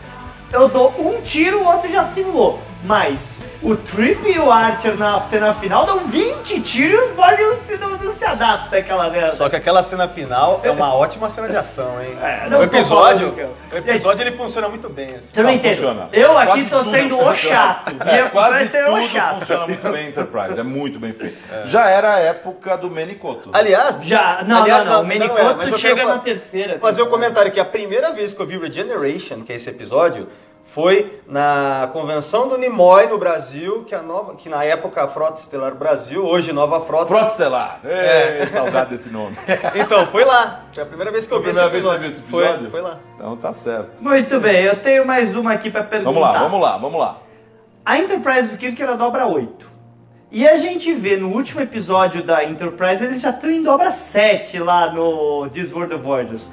[SPEAKER 5] Eu dou um tiro, o outro já simulou. Mas O Trip e o Archer na cena final dão 20 tiros, mas não se, não, não se adapta àquela merda.
[SPEAKER 4] É. Só que aquela cena final é uma ótima cena de ação, hein?
[SPEAKER 5] É, não
[SPEAKER 4] o
[SPEAKER 5] tô
[SPEAKER 4] episódio,
[SPEAKER 5] falando, Miguel.
[SPEAKER 4] o episódio ele funciona muito bem. assim.
[SPEAKER 5] Você não,
[SPEAKER 3] Não,
[SPEAKER 5] entende?
[SPEAKER 3] funciona. É,
[SPEAKER 5] Eu aqui
[SPEAKER 3] Quase
[SPEAKER 5] tô
[SPEAKER 3] tudo
[SPEAKER 5] sendo o
[SPEAKER 3] funciona.
[SPEAKER 5] chato.
[SPEAKER 3] É,
[SPEAKER 5] Minha
[SPEAKER 3] quase
[SPEAKER 5] conversa é o
[SPEAKER 3] tudo
[SPEAKER 5] chato.
[SPEAKER 3] funciona muito bem, Enterprise. É muito bem feito. Já era a época do Menicoto.
[SPEAKER 4] Aliás,
[SPEAKER 5] Já, não,
[SPEAKER 4] aliás,
[SPEAKER 5] não, não, o
[SPEAKER 4] ainda
[SPEAKER 5] Menicoto
[SPEAKER 4] mas eu
[SPEAKER 5] chega
[SPEAKER 4] quero
[SPEAKER 5] na
[SPEAKER 4] fa-
[SPEAKER 5] terceira
[SPEAKER 4] Fazer um
[SPEAKER 5] temporada.
[SPEAKER 4] comentário que a primeira vez que eu vi Regeneration, que é esse episódio, foi na convenção do Nimoy no Brasil, que a nova, que na época a Frota Estelar Brasil, hoje Nova Frota.
[SPEAKER 3] Frota Estelar. É, saudade desse nome.
[SPEAKER 4] Então, foi lá. Foi a primeira vez que eu vi esse
[SPEAKER 3] Primeira vez que você
[SPEAKER 4] episódio.
[SPEAKER 3] viu esse episódio?
[SPEAKER 4] Foi, foi lá.
[SPEAKER 3] Então tá certo.
[SPEAKER 4] um-
[SPEAKER 5] Muito bem, eu tenho mais uma aqui pra perguntar.
[SPEAKER 3] Vamos lá, vamos lá, vamos lá.
[SPEAKER 5] A Enterprise do Kirk era dobra 8. E a gente vê no último episódio da Enterprise, eles já estão em dobra 7 lá no This World of Voyagers.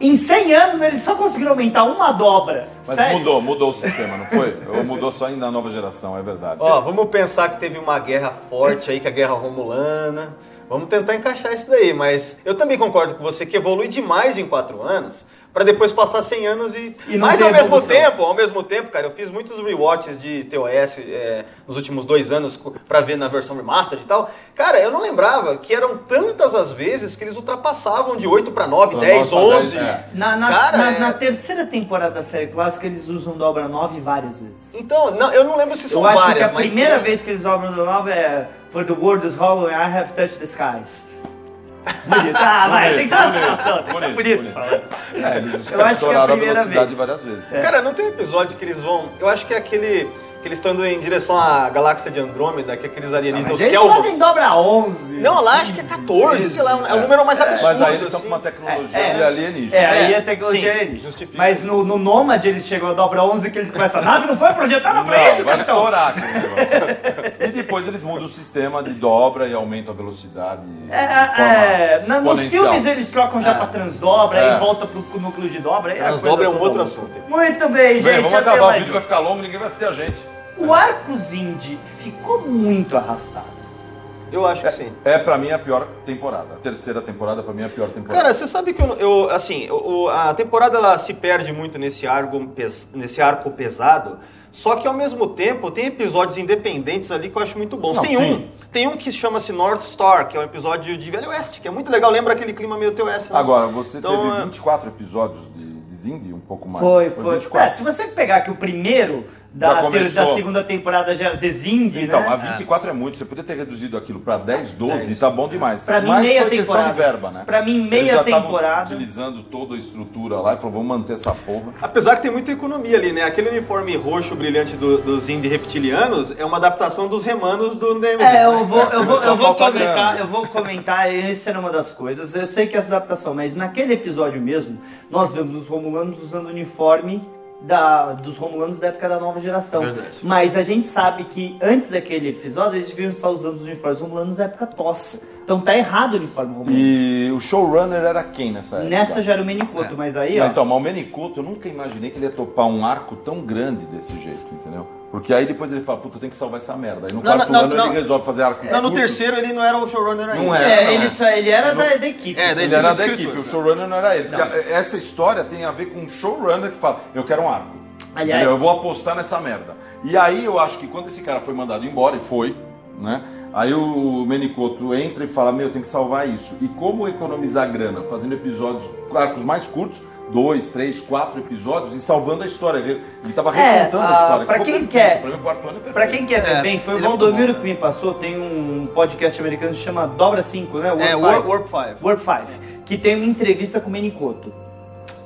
[SPEAKER 5] Em 100 anos eles só conseguiram aumentar uma dobra.
[SPEAKER 3] Mas
[SPEAKER 5] Sério?
[SPEAKER 3] mudou, mudou o sistema, não foi? Ou mudou só ainda a nova geração, é verdade.
[SPEAKER 4] Ó, vamos pensar que teve uma guerra forte aí, que é a guerra romulana. Vamos tentar encaixar isso daí, mas eu também concordo com você que evolui demais em quatro anos pra depois passar 100 anos e.
[SPEAKER 5] E não
[SPEAKER 4] mas
[SPEAKER 5] tem
[SPEAKER 4] ao mesmo
[SPEAKER 5] evolução.
[SPEAKER 4] tempo, ao mesmo tempo, cara, eu fiz muitos rewatches de TOS é, nos últimos dois anos co- pra ver na versão remastered e tal. Cara, eu não lembrava que eram tantas as vezes que eles ultrapassavam de 8 pra 9,
[SPEAKER 3] Pra 9
[SPEAKER 4] 10,
[SPEAKER 3] pra
[SPEAKER 4] 11.
[SPEAKER 3] 10, é.
[SPEAKER 5] Na, na-
[SPEAKER 4] Cara,
[SPEAKER 5] na-
[SPEAKER 4] é-
[SPEAKER 5] na terceira temporada da série clássica, eles usam dobra 9 várias vezes.
[SPEAKER 4] Então, não, eu não lembro se são
[SPEAKER 5] eu acho
[SPEAKER 4] várias,
[SPEAKER 5] que a
[SPEAKER 4] mas
[SPEAKER 5] primeira
[SPEAKER 4] tem.
[SPEAKER 5] vez que eles dobram do 9 é For the world is hollow and I have touched the skies. Bonito. Ah, vai, tem que estar
[SPEAKER 3] bonito,
[SPEAKER 5] sensação. Tem que estar bonito.
[SPEAKER 3] bonito,
[SPEAKER 5] falando.
[SPEAKER 3] É, eles
[SPEAKER 5] Eu acho que é a
[SPEAKER 3] estouraram a,
[SPEAKER 5] primeira
[SPEAKER 3] velocidade
[SPEAKER 5] vez. É,
[SPEAKER 3] várias vezes.
[SPEAKER 4] Cara, não tem um episódio que eles vão. Eu acho que é aquele. que eles estão indo em direção à galáxia de Andrômeda, que é aqueles alienígenas
[SPEAKER 5] Mas
[SPEAKER 4] os
[SPEAKER 5] eles
[SPEAKER 4] Kelvins.
[SPEAKER 5] fazem dobra 11.
[SPEAKER 4] Não, lá acho que é 14, sei lá, é o número mais absurdo.
[SPEAKER 3] Mas aí eles estão
[SPEAKER 4] assim.
[SPEAKER 3] com uma tecnologia
[SPEAKER 5] É, é.
[SPEAKER 3] alienígena.
[SPEAKER 5] É, aí
[SPEAKER 4] É,
[SPEAKER 5] é tecnologia
[SPEAKER 4] sim,
[SPEAKER 5] alienígena.
[SPEAKER 4] justifica.
[SPEAKER 5] Mas no, no Nomad eles chegam a dobra 11 que eles começam. A nave não foi projetada
[SPEAKER 3] Não,
[SPEAKER 5] pra é isso, então.
[SPEAKER 3] vai
[SPEAKER 5] capitão.
[SPEAKER 3] estourar aquele negócio. E depois eles mudam o sistema de dobra e aumentam a velocidade. de
[SPEAKER 5] É,
[SPEAKER 3] forma
[SPEAKER 5] é, na- nos
[SPEAKER 3] exponencial.
[SPEAKER 5] filmes eles trocam já pra transdobra,
[SPEAKER 3] É.
[SPEAKER 5] aí volta pro núcleo de dobra. aí a
[SPEAKER 4] Transdobra
[SPEAKER 5] coisa
[SPEAKER 4] é um
[SPEAKER 5] toda
[SPEAKER 4] outro
[SPEAKER 5] louca.
[SPEAKER 4] assunto.
[SPEAKER 5] Muito bem, gente.
[SPEAKER 3] Bem, vamos
[SPEAKER 5] até
[SPEAKER 3] acabar, o
[SPEAKER 5] mais um.
[SPEAKER 3] vídeo vai ficar longo, ninguém vai assistir a gente.
[SPEAKER 5] O Arcos Indy ficou muito arrastado.
[SPEAKER 4] Eu acho que sim.
[SPEAKER 3] É, pra mim, a pior temporada. A terceira temporada, pra mim, é a pior temporada.
[SPEAKER 4] Cara, você sabe que eu, eu, assim, o- o- a temporada ela se perde muito nesse arco, pes- nesse arco pesado. Só que ao mesmo tempo tem episódios independentes ali que eu acho muito bons.
[SPEAKER 3] Não,
[SPEAKER 4] tem
[SPEAKER 3] sim.
[SPEAKER 4] um, tem um que chama-se North Star, que é um episódio de Velho Oeste, que é muito legal, lembra aquele clima meio TOS. né?
[SPEAKER 3] Agora, você
[SPEAKER 4] Então,
[SPEAKER 3] teve
[SPEAKER 4] é-
[SPEAKER 3] 24 episódios de, de Zindi, um pouco mais.
[SPEAKER 5] Foi, foi. É,
[SPEAKER 3] 24.
[SPEAKER 5] se você pegar que o primeiro
[SPEAKER 3] Já
[SPEAKER 5] da, ter-
[SPEAKER 3] começou.
[SPEAKER 5] da segunda temporada já era The Zindy,
[SPEAKER 3] Então,
[SPEAKER 5] né?
[SPEAKER 3] a 24 é. muito, você podia ter reduzido aquilo pra 10, 12, tá bom demais.
[SPEAKER 5] Pra mim,
[SPEAKER 3] Mas
[SPEAKER 5] meia
[SPEAKER 3] foi questão
[SPEAKER 5] temporada.
[SPEAKER 3] de verba, né?
[SPEAKER 5] Pra mim,
[SPEAKER 3] Eles
[SPEAKER 5] meia
[SPEAKER 3] já estavam
[SPEAKER 5] temporada.
[SPEAKER 3] utilizando toda a estrutura lá e falou, vamos manter essa porra.
[SPEAKER 4] Apesar que tem muita economia ali, né? Aquele uniforme roxo brilhante do- dos indie reptilianos é uma adaptação dos remanos do Nemesis.
[SPEAKER 5] É, eu
[SPEAKER 4] né?
[SPEAKER 5] vou, eu vou, eu
[SPEAKER 3] Só
[SPEAKER 5] vou
[SPEAKER 3] falta
[SPEAKER 5] comentar,
[SPEAKER 3] grana.
[SPEAKER 5] eu vou comentar, essa era uma das coisas. Eu sei que essa adaptação, mas naquele episódio mesmo, nós vemos os Romulanos usando o uniforme da, dos Romulanos da época da nova geração.
[SPEAKER 4] É verdade.
[SPEAKER 5] mas a gente sabe que antes daquele episódio eles deviam estar usando os uniformes Romulanos da época TOS. Então tá errado o uniforme Romulano.
[SPEAKER 3] E o showrunner era quem nessa época?
[SPEAKER 5] Nessa já era o Menicoto, mas aí, ó.
[SPEAKER 3] é, Mas, então, mas o Menicoto, eu nunca imaginei que ele ia topar um arco tão grande desse jeito, entendeu? Porque aí depois ele fala, puta, tem que salvar essa merda. Aí no
[SPEAKER 4] Não,
[SPEAKER 3] quarto
[SPEAKER 4] não,
[SPEAKER 3] ano
[SPEAKER 4] não,
[SPEAKER 3] ele
[SPEAKER 4] não.
[SPEAKER 3] resolve fazer arco
[SPEAKER 4] Não, no
[SPEAKER 3] curto.
[SPEAKER 4] terceiro ele não era o showrunner ainda.
[SPEAKER 3] Não era.
[SPEAKER 5] É, ele, só, ele era da, da equipe. assim.
[SPEAKER 4] É,
[SPEAKER 5] só.
[SPEAKER 4] da
[SPEAKER 3] Ele era da
[SPEAKER 4] Escritor,
[SPEAKER 3] equipe,
[SPEAKER 4] né?
[SPEAKER 3] o showrunner não era ele. Porque é, Essa história tem a ver com um showrunner que fala, eu quero um arco.
[SPEAKER 5] Aliás-
[SPEAKER 3] Entendeu? eu vou apostar nessa merda. E aí eu acho que quando esse cara foi mandado embora, e foi, né? Aí o Menicoto entra e fala, meu, tem que salvar isso. E como economizar grana? Fazendo episódios, arcos mais curtos, dois, três, quatro episódios e salvando a história. Ele ele tava
[SPEAKER 5] É,
[SPEAKER 3] recontando
[SPEAKER 5] ah,
[SPEAKER 3] a história.
[SPEAKER 5] pra
[SPEAKER 3] Ficou
[SPEAKER 5] quem
[SPEAKER 3] perfeito.
[SPEAKER 5] quer-
[SPEAKER 3] Pra mim, o quarto ano é perfeito.
[SPEAKER 5] Pra quem quer ver
[SPEAKER 4] É,
[SPEAKER 5] bem, foi o
[SPEAKER 4] ele é muito
[SPEAKER 5] Valdomiro
[SPEAKER 4] bom,
[SPEAKER 5] que me passou, tem um podcast americano que chama Dobra 5, né?
[SPEAKER 4] É,
[SPEAKER 5] Warp
[SPEAKER 4] War-
[SPEAKER 5] Five.
[SPEAKER 4] Warp 5.
[SPEAKER 5] Warp 5, que tem uma entrevista com o Menicoto.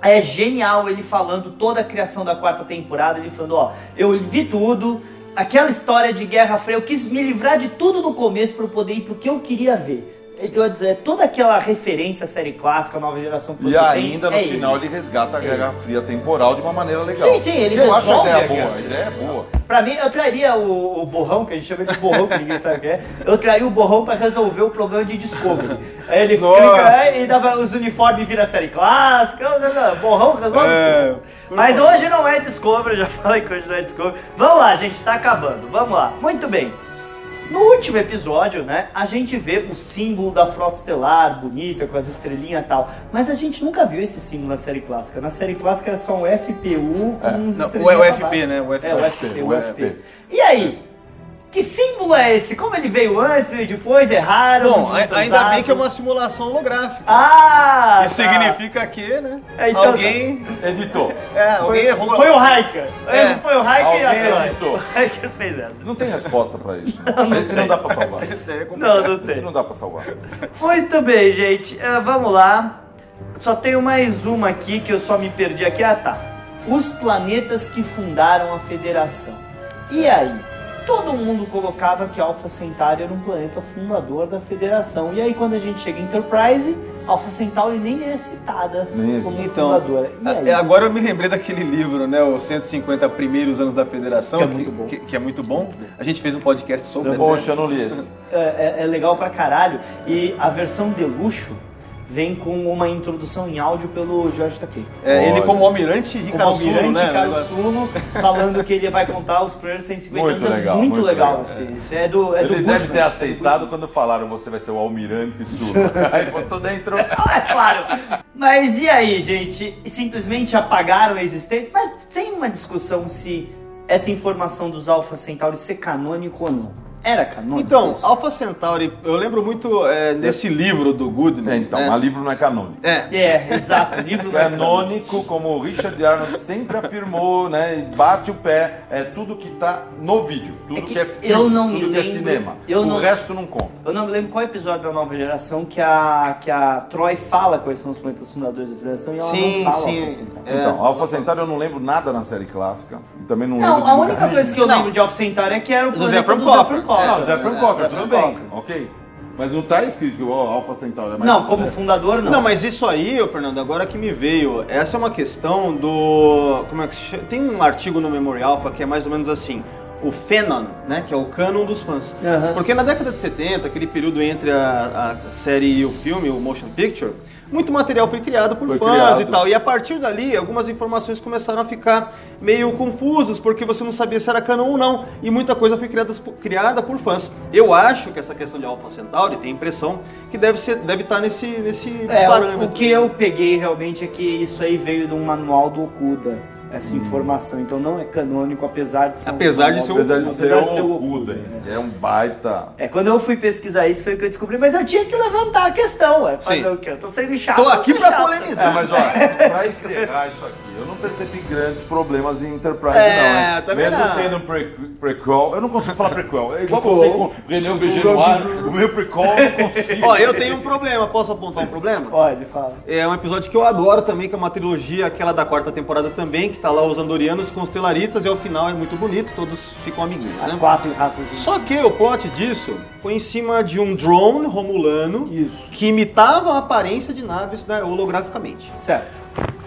[SPEAKER 5] É genial ele falando toda a criação da quarta temporada, ele falando, ó, eu vi tudo, aquela história de Guerra Fria, eu quis me livrar de tudo no começo pra eu poder ir pro que eu queria ver. Então, é dizer, toda aquela referência à série clássica, à nova geração que
[SPEAKER 3] E
[SPEAKER 5] você tem,
[SPEAKER 3] ainda no
[SPEAKER 5] é ele.
[SPEAKER 3] final ele resgata a Guerra Fria temporal de uma maneira legal.
[SPEAKER 5] Sim, sim, ele
[SPEAKER 3] Que eu acho a
[SPEAKER 5] resolve a
[SPEAKER 3] ideia
[SPEAKER 5] Guerra
[SPEAKER 3] boa, a ideia é boa.
[SPEAKER 5] Pra mim, eu traria o, o borrão, que a gente chama de borrão, que ninguém sabe o que é. Eu traria o borrão pra resolver o problema de Discovery. Aí ele
[SPEAKER 4] Nossa.
[SPEAKER 5] clica é, e dá pra- os uniformes vira série clássica. Não, não, não, borrão resolve
[SPEAKER 4] É,
[SPEAKER 5] tudo. Mas hoje não é Discovery, eu já [LAUGHS] falei que hoje não é Discovery. Vamos lá, gente, tá acabando. Vamos lá. Muito bem. No último episódio, né, a gente vê o símbolo da frota estelar, bonita, com as estrelinhas e tal. Mas a gente nunca viu esse símbolo na série clássica. Na série clássica era só um FPU com
[SPEAKER 3] É.
[SPEAKER 5] uns
[SPEAKER 4] Não,
[SPEAKER 5] estrelinhas
[SPEAKER 4] o né?
[SPEAKER 5] pra
[SPEAKER 4] FP,
[SPEAKER 5] baixo.
[SPEAKER 4] né, o
[SPEAKER 5] É, o
[SPEAKER 4] FP.
[SPEAKER 5] FP,
[SPEAKER 3] O
[SPEAKER 5] o
[SPEAKER 3] FP.
[SPEAKER 5] FP. E aí? Que símbolo é esse? Como ele veio antes, veio depois, erraram? não
[SPEAKER 4] Bom,
[SPEAKER 5] tinha
[SPEAKER 4] a- ainda
[SPEAKER 5] cruzado?
[SPEAKER 4] bem que é uma simulação holográfica.
[SPEAKER 5] Ah!
[SPEAKER 4] Isso
[SPEAKER 5] tá.
[SPEAKER 4] significa que, né?
[SPEAKER 5] É, então-
[SPEAKER 4] alguém.
[SPEAKER 3] Editor.
[SPEAKER 4] É, alguém errou.
[SPEAKER 5] Foi o Raika.
[SPEAKER 4] É.
[SPEAKER 5] Foi o Raika e
[SPEAKER 3] Alguém
[SPEAKER 5] a Troy.
[SPEAKER 3] editou.
[SPEAKER 5] O [LAUGHS] Raika fez essa.
[SPEAKER 3] Não tem resposta pra isso. né? Esse não dá pra salvar. Esse
[SPEAKER 4] Isso aí é complicado.
[SPEAKER 5] Não, não tem.
[SPEAKER 3] não dá pra salvar.
[SPEAKER 5] Muito bem, gente. Ah, vamos lá. Só tenho mais uma aqui que eu só me perdi aqui. Ah, tá. Os planetas que fundaram a Federação. E aí? Todo mundo colocava que Alpha Centauri era um planeta fundador da Federação. E aí, quando a gente chega em Enterprise, Alpha Centauri nem é citada
[SPEAKER 3] Nem existe.
[SPEAKER 5] como
[SPEAKER 4] Então,
[SPEAKER 5] fundadora. E aí?
[SPEAKER 4] É, Agora eu me lembrei daquele livro, né? Os 150 Primeiros Anos da Federação.
[SPEAKER 5] Que é muito bom.
[SPEAKER 4] Que, que é muito bom. A gente fez um podcast sobre.
[SPEAKER 3] Poxa, eu não li esse.
[SPEAKER 5] é, é- é legal pra caralho. E a versão de luxo vem com uma introdução em áudio pelo Jorge Takei.
[SPEAKER 4] É, ele
[SPEAKER 3] Olha.
[SPEAKER 4] como almirante e
[SPEAKER 5] Como
[SPEAKER 4] Ricardo
[SPEAKER 5] almirante
[SPEAKER 4] Sulo, né?
[SPEAKER 5] Carlos Sulo, falando que ele vai contar os primeiros 150
[SPEAKER 3] Muito
[SPEAKER 5] anos. É
[SPEAKER 3] legal,
[SPEAKER 5] muito,
[SPEAKER 3] muito
[SPEAKER 5] legal,
[SPEAKER 3] legal,
[SPEAKER 5] esse- Isso é do, é do
[SPEAKER 3] Ele deve
[SPEAKER 5] Goodman.
[SPEAKER 3] ter aceitado quando falaram você vai ser o almirante
[SPEAKER 5] [LAUGHS]
[SPEAKER 3] sul. Aí botou dentro.
[SPEAKER 5] É claro. Mas e aí, gente? Simplesmente apagaram a existência? Mas tem uma discussão se essa informação dos Alpha Centauri ser canônico ou não. Era canônico?
[SPEAKER 4] Então,
[SPEAKER 5] isso?
[SPEAKER 4] Alpha Centauri, eu lembro muito é, desse livro do Goodman.
[SPEAKER 3] É, então,
[SPEAKER 4] né?
[SPEAKER 3] mas livro não é canônico.
[SPEAKER 4] É,
[SPEAKER 5] É, exato. o Livro não é canônico.
[SPEAKER 3] Canônico, como o Richard Arnold sempre afirmou, né? E bate o pé, é tudo que tá no vídeo, tudo
[SPEAKER 5] É que
[SPEAKER 3] que, é filme,
[SPEAKER 5] eu não
[SPEAKER 3] tudo
[SPEAKER 5] me
[SPEAKER 3] que é
[SPEAKER 5] lembro,
[SPEAKER 3] cinema.
[SPEAKER 5] eu
[SPEAKER 3] o
[SPEAKER 5] não-
[SPEAKER 3] resto não conta.
[SPEAKER 5] Eu não me lembro qual episódio da nova geração que a, que a Troy fala quais são os planetas fundadores da Federação e ela
[SPEAKER 4] Sim,
[SPEAKER 5] não fala
[SPEAKER 4] sim.
[SPEAKER 5] Alpha Centauri.
[SPEAKER 4] É.
[SPEAKER 3] Então, Alpha Centauri eu não lembro nada na série clássica. E também não, lembro
[SPEAKER 5] Não, a
[SPEAKER 3] do
[SPEAKER 5] única
[SPEAKER 3] lugar.
[SPEAKER 5] coisa que eu
[SPEAKER 4] Não.
[SPEAKER 5] lembro de Alpha Centauri é que era o
[SPEAKER 4] Do É,
[SPEAKER 5] planeta
[SPEAKER 4] Zefram
[SPEAKER 5] do
[SPEAKER 4] Copper.
[SPEAKER 5] Zefram
[SPEAKER 3] Não,
[SPEAKER 5] Copper.
[SPEAKER 3] Zé
[SPEAKER 5] né?
[SPEAKER 3] Francoca, tudo
[SPEAKER 5] Zefram
[SPEAKER 3] bem,
[SPEAKER 5] Copper.
[SPEAKER 3] ok. Mas não tá escrito que o Alpha Centauri é mais
[SPEAKER 5] Não, como fundador, não.
[SPEAKER 4] Não, mas isso aí, ô, Fernando, agora que me veio, essa é uma questão do. Como é que se chama? Tem um artigo no Memory Alpha que é mais ou menos assim. O Fenon, né? Que é o canon dos fãs.
[SPEAKER 5] Aham.
[SPEAKER 4] Porque na década de 70, aquele período entre a, a série e o filme, o motion picture, muito material foi criado por
[SPEAKER 3] Foi
[SPEAKER 4] fãs
[SPEAKER 3] criado.
[SPEAKER 4] e tal. E a partir dali, algumas informações começaram a ficar meio confusas, porque você não sabia se era canon ou não. E muita coisa foi criada, criada por fãs. Eu acho que essa questão de Alpha Centauri tem a impressão que deve ser, deve estar nesse, nesse
[SPEAKER 5] É, o,
[SPEAKER 4] parâmetro.
[SPEAKER 5] o que eu peguei realmente é que isso aí veio de um manual do Okuda, essa informação. Então não é canônico, apesar de ser um
[SPEAKER 4] Hum. Apesar de
[SPEAKER 5] manual
[SPEAKER 4] ser
[SPEAKER 5] do-
[SPEAKER 3] Apesar de ser
[SPEAKER 5] apesar de ser
[SPEAKER 3] o
[SPEAKER 5] o
[SPEAKER 3] Okuda,
[SPEAKER 5] Okuda.
[SPEAKER 3] é um baita.
[SPEAKER 5] É, quando eu fui pesquisar isso foi o que eu descobri, mas eu tinha que levantar a questão, ué. Fazer
[SPEAKER 4] Sim.
[SPEAKER 5] o quê? Eu tô sendo chato.
[SPEAKER 4] Tô
[SPEAKER 5] eu
[SPEAKER 4] aqui
[SPEAKER 5] sou
[SPEAKER 4] pra
[SPEAKER 5] chato.
[SPEAKER 4] polemizar.
[SPEAKER 3] Mas olha, pra encerrar isso aqui, eu não percebi grandes problemas em Enterprise,
[SPEAKER 4] É,
[SPEAKER 3] não, hein?
[SPEAKER 4] também
[SPEAKER 3] Mesmo
[SPEAKER 4] não.
[SPEAKER 3] sendo um pre- prequel, eu não consigo falar prequel. É igual
[SPEAKER 5] Prequel.
[SPEAKER 3] você com René BG no ar, o meu prequel eu não consigo.
[SPEAKER 4] Ó, eu tenho um problema, posso apontar um problema?
[SPEAKER 5] Pode, fala.
[SPEAKER 4] É um episódio que eu adoro também, que é uma trilogia, aquela da quarta temporada também, que tá lá os andorianos com os telaritas, e ao final é muito bonito, todos ficam amiguinhos,
[SPEAKER 5] As
[SPEAKER 4] né?
[SPEAKER 5] quatro raças. do-
[SPEAKER 4] Só que o plot disso foi em cima de um drone romulano
[SPEAKER 5] Isso.
[SPEAKER 4] que imitava a aparência de naves né, holograficamente.
[SPEAKER 5] Certo.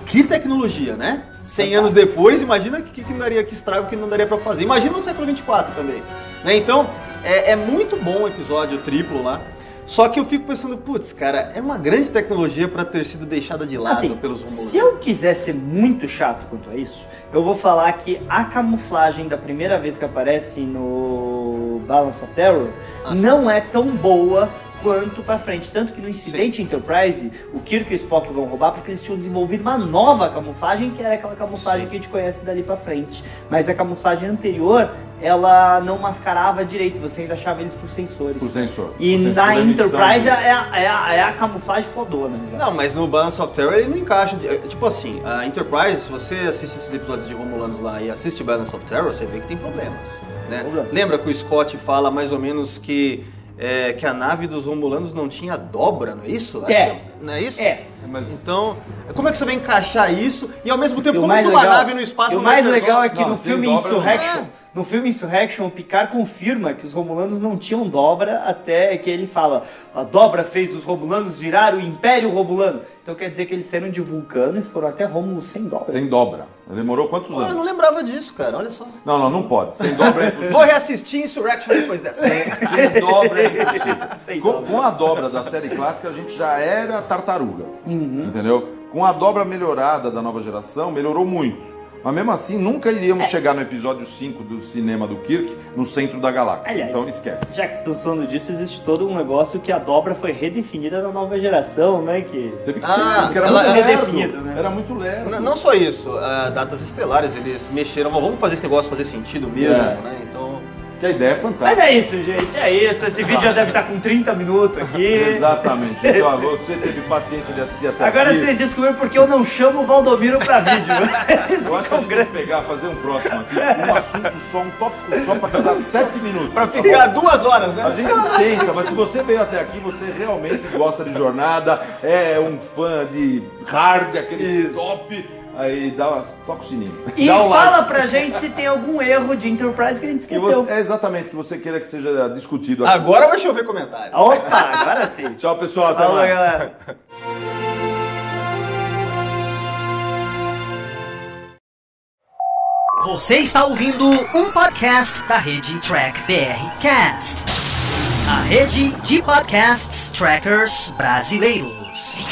[SPEAKER 4] Que tecnologia, né? 100 anos depois, imagina que, que daria que estrago que não daria pra fazer. Imagina no século 24 também. Né? Então, é, é muito bom o episódio triplo lá. Só que eu fico pensando, putz, cara, é uma grande tecnologia pra ter sido deixada de lado
[SPEAKER 5] Assim,
[SPEAKER 4] pelos né? rumores.
[SPEAKER 5] se eu quiser ser muito chato quanto a isso, eu vou falar que a camuflagem da primeira vez que aparece no Balance of Terror
[SPEAKER 4] Ah, sim.
[SPEAKER 5] não é tão boa quanto pra frente. Tanto que no incidente Enterprise, o Kirk e o Spock vão roubar porque eles tinham desenvolvido uma nova camuflagem, que era aquela camuflagem
[SPEAKER 4] Sim.
[SPEAKER 5] que a gente conhece dali pra frente. Mas a camuflagem anterior, ela não mascarava direito, você ainda achava eles por sensores.
[SPEAKER 3] Por sensor.
[SPEAKER 5] E
[SPEAKER 3] Por sensor
[SPEAKER 5] na
[SPEAKER 3] da emissão
[SPEAKER 5] Enterprise é
[SPEAKER 3] dele.
[SPEAKER 5] a, é a- é a camuflagem fodona, né?
[SPEAKER 4] né? Não, mas no Balance of Terror ele não encaixa. É, Tipo assim, a Enterprise, se você assiste esses episódios de Romulanos lá e assiste Balance of Terror, você vê que tem problemas. né?
[SPEAKER 5] Problema.
[SPEAKER 4] Lembra que o Scott fala mais ou menos que, é, que a nave dos Romulanos não tinha dobra, não é isso? Acho
[SPEAKER 5] É.
[SPEAKER 4] que Não é isso?
[SPEAKER 5] É.
[SPEAKER 3] Mas
[SPEAKER 4] Então, como é que você vai encaixar isso e ao mesmo tempo
[SPEAKER 5] E o
[SPEAKER 4] como é
[SPEAKER 5] mais
[SPEAKER 4] que uma
[SPEAKER 5] legal-
[SPEAKER 4] nave no espaço
[SPEAKER 5] e o
[SPEAKER 4] não vai
[SPEAKER 5] mais
[SPEAKER 4] ter
[SPEAKER 5] legal
[SPEAKER 4] dobra?
[SPEAKER 5] é que
[SPEAKER 3] Não,
[SPEAKER 5] no
[SPEAKER 3] tem
[SPEAKER 5] filme
[SPEAKER 3] dobra, não.
[SPEAKER 5] Insurrection,
[SPEAKER 4] É.
[SPEAKER 5] no filme Insurrection, o Picard confirma que os Romulanos não tinham dobra até que ele fala: "A dobra fez os Romulanos virar o Império Romulano". Então quer dizer que eles saíram de Vulcano e foram até Rômulo sem dobra.
[SPEAKER 3] sem dobra. Demorou quantos
[SPEAKER 4] Pô, eu
[SPEAKER 3] anos?
[SPEAKER 4] não lembrava disso, cara, olha só.
[SPEAKER 3] Não, não, não pode. Sem dobra é impossível.
[SPEAKER 4] Vou reassistir Insurrection depois
[SPEAKER 3] [LAUGHS]
[SPEAKER 4] dessa.
[SPEAKER 3] Sem dobra é impossível.
[SPEAKER 5] [LAUGHS] Sem
[SPEAKER 3] com,
[SPEAKER 5] dobra.
[SPEAKER 3] com a dobra da série clássica, a gente já era tartaruga.
[SPEAKER 5] Uhum.
[SPEAKER 3] Entendeu? Com a dobra melhorada da nova geração, melhorou muito. Mas mesmo assim, nunca
[SPEAKER 5] É.
[SPEAKER 3] iríamos chegar no episódio 5 do cinema do Kirk, no centro da galáxia.
[SPEAKER 5] Aliás,
[SPEAKER 3] então esquece.
[SPEAKER 5] Já que estão falando disso, existe todo um negócio que a dobra foi redefinida na nova geração, né, que
[SPEAKER 3] Teve que
[SPEAKER 4] Ah,
[SPEAKER 3] ser, porque era
[SPEAKER 4] ela-
[SPEAKER 3] muito
[SPEAKER 5] ela é
[SPEAKER 3] lerdo.
[SPEAKER 5] definida, né?
[SPEAKER 3] Era muito lerdo.
[SPEAKER 4] N- Não só isso, ah, datas estelares, eles mexeram, "Bom, vamos fazer esse negócio fazer sentido mesmo,
[SPEAKER 3] É.
[SPEAKER 4] né? Então,
[SPEAKER 3] Que a ideia é fantástica.
[SPEAKER 5] Mas é isso, gente, é isso. Esse vídeo já deve estar com 30 minutos aqui.
[SPEAKER 3] Exatamente. Então, ó, você teve paciência de assistir até
[SPEAKER 5] é. Agora
[SPEAKER 3] aqui.
[SPEAKER 5] vocês descobriram porque eu não chamo o Valdomiro
[SPEAKER 3] [LAUGHS]
[SPEAKER 5] pra vídeo.
[SPEAKER 3] Eu
[SPEAKER 5] Isso
[SPEAKER 3] acho
[SPEAKER 5] que
[SPEAKER 3] que
[SPEAKER 5] é
[SPEAKER 3] a
[SPEAKER 5] um
[SPEAKER 3] gente tem
[SPEAKER 5] grande.
[SPEAKER 3] que pegar, fazer um próximo aqui, um assunto só, um tópico só pra cada sete minutos.
[SPEAKER 4] Pra
[SPEAKER 3] tá
[SPEAKER 4] ficar
[SPEAKER 3] bom?
[SPEAKER 4] duas horas, né?
[SPEAKER 3] A gente tenta, mas se você veio até aqui, você realmente gosta de jornada, é um fã de hard, aquele top, aí dá uma, toca o sininho.
[SPEAKER 5] E
[SPEAKER 3] dá o like.
[SPEAKER 5] fala pra gente se tem algum erro de Enterprise que a gente
[SPEAKER 3] Que
[SPEAKER 5] esqueceu.
[SPEAKER 3] você, é exatamente o que você queira que seja discutido aqui.
[SPEAKER 4] Agora vai chover comentário.
[SPEAKER 5] Opa, agora sim.
[SPEAKER 3] Tchau, pessoal. Até
[SPEAKER 5] Falou,
[SPEAKER 3] mais.
[SPEAKER 5] galera.
[SPEAKER 6] Você está ouvindo um podcast da rede Track BR Cast, a rede de podcasts trackers brasileiros.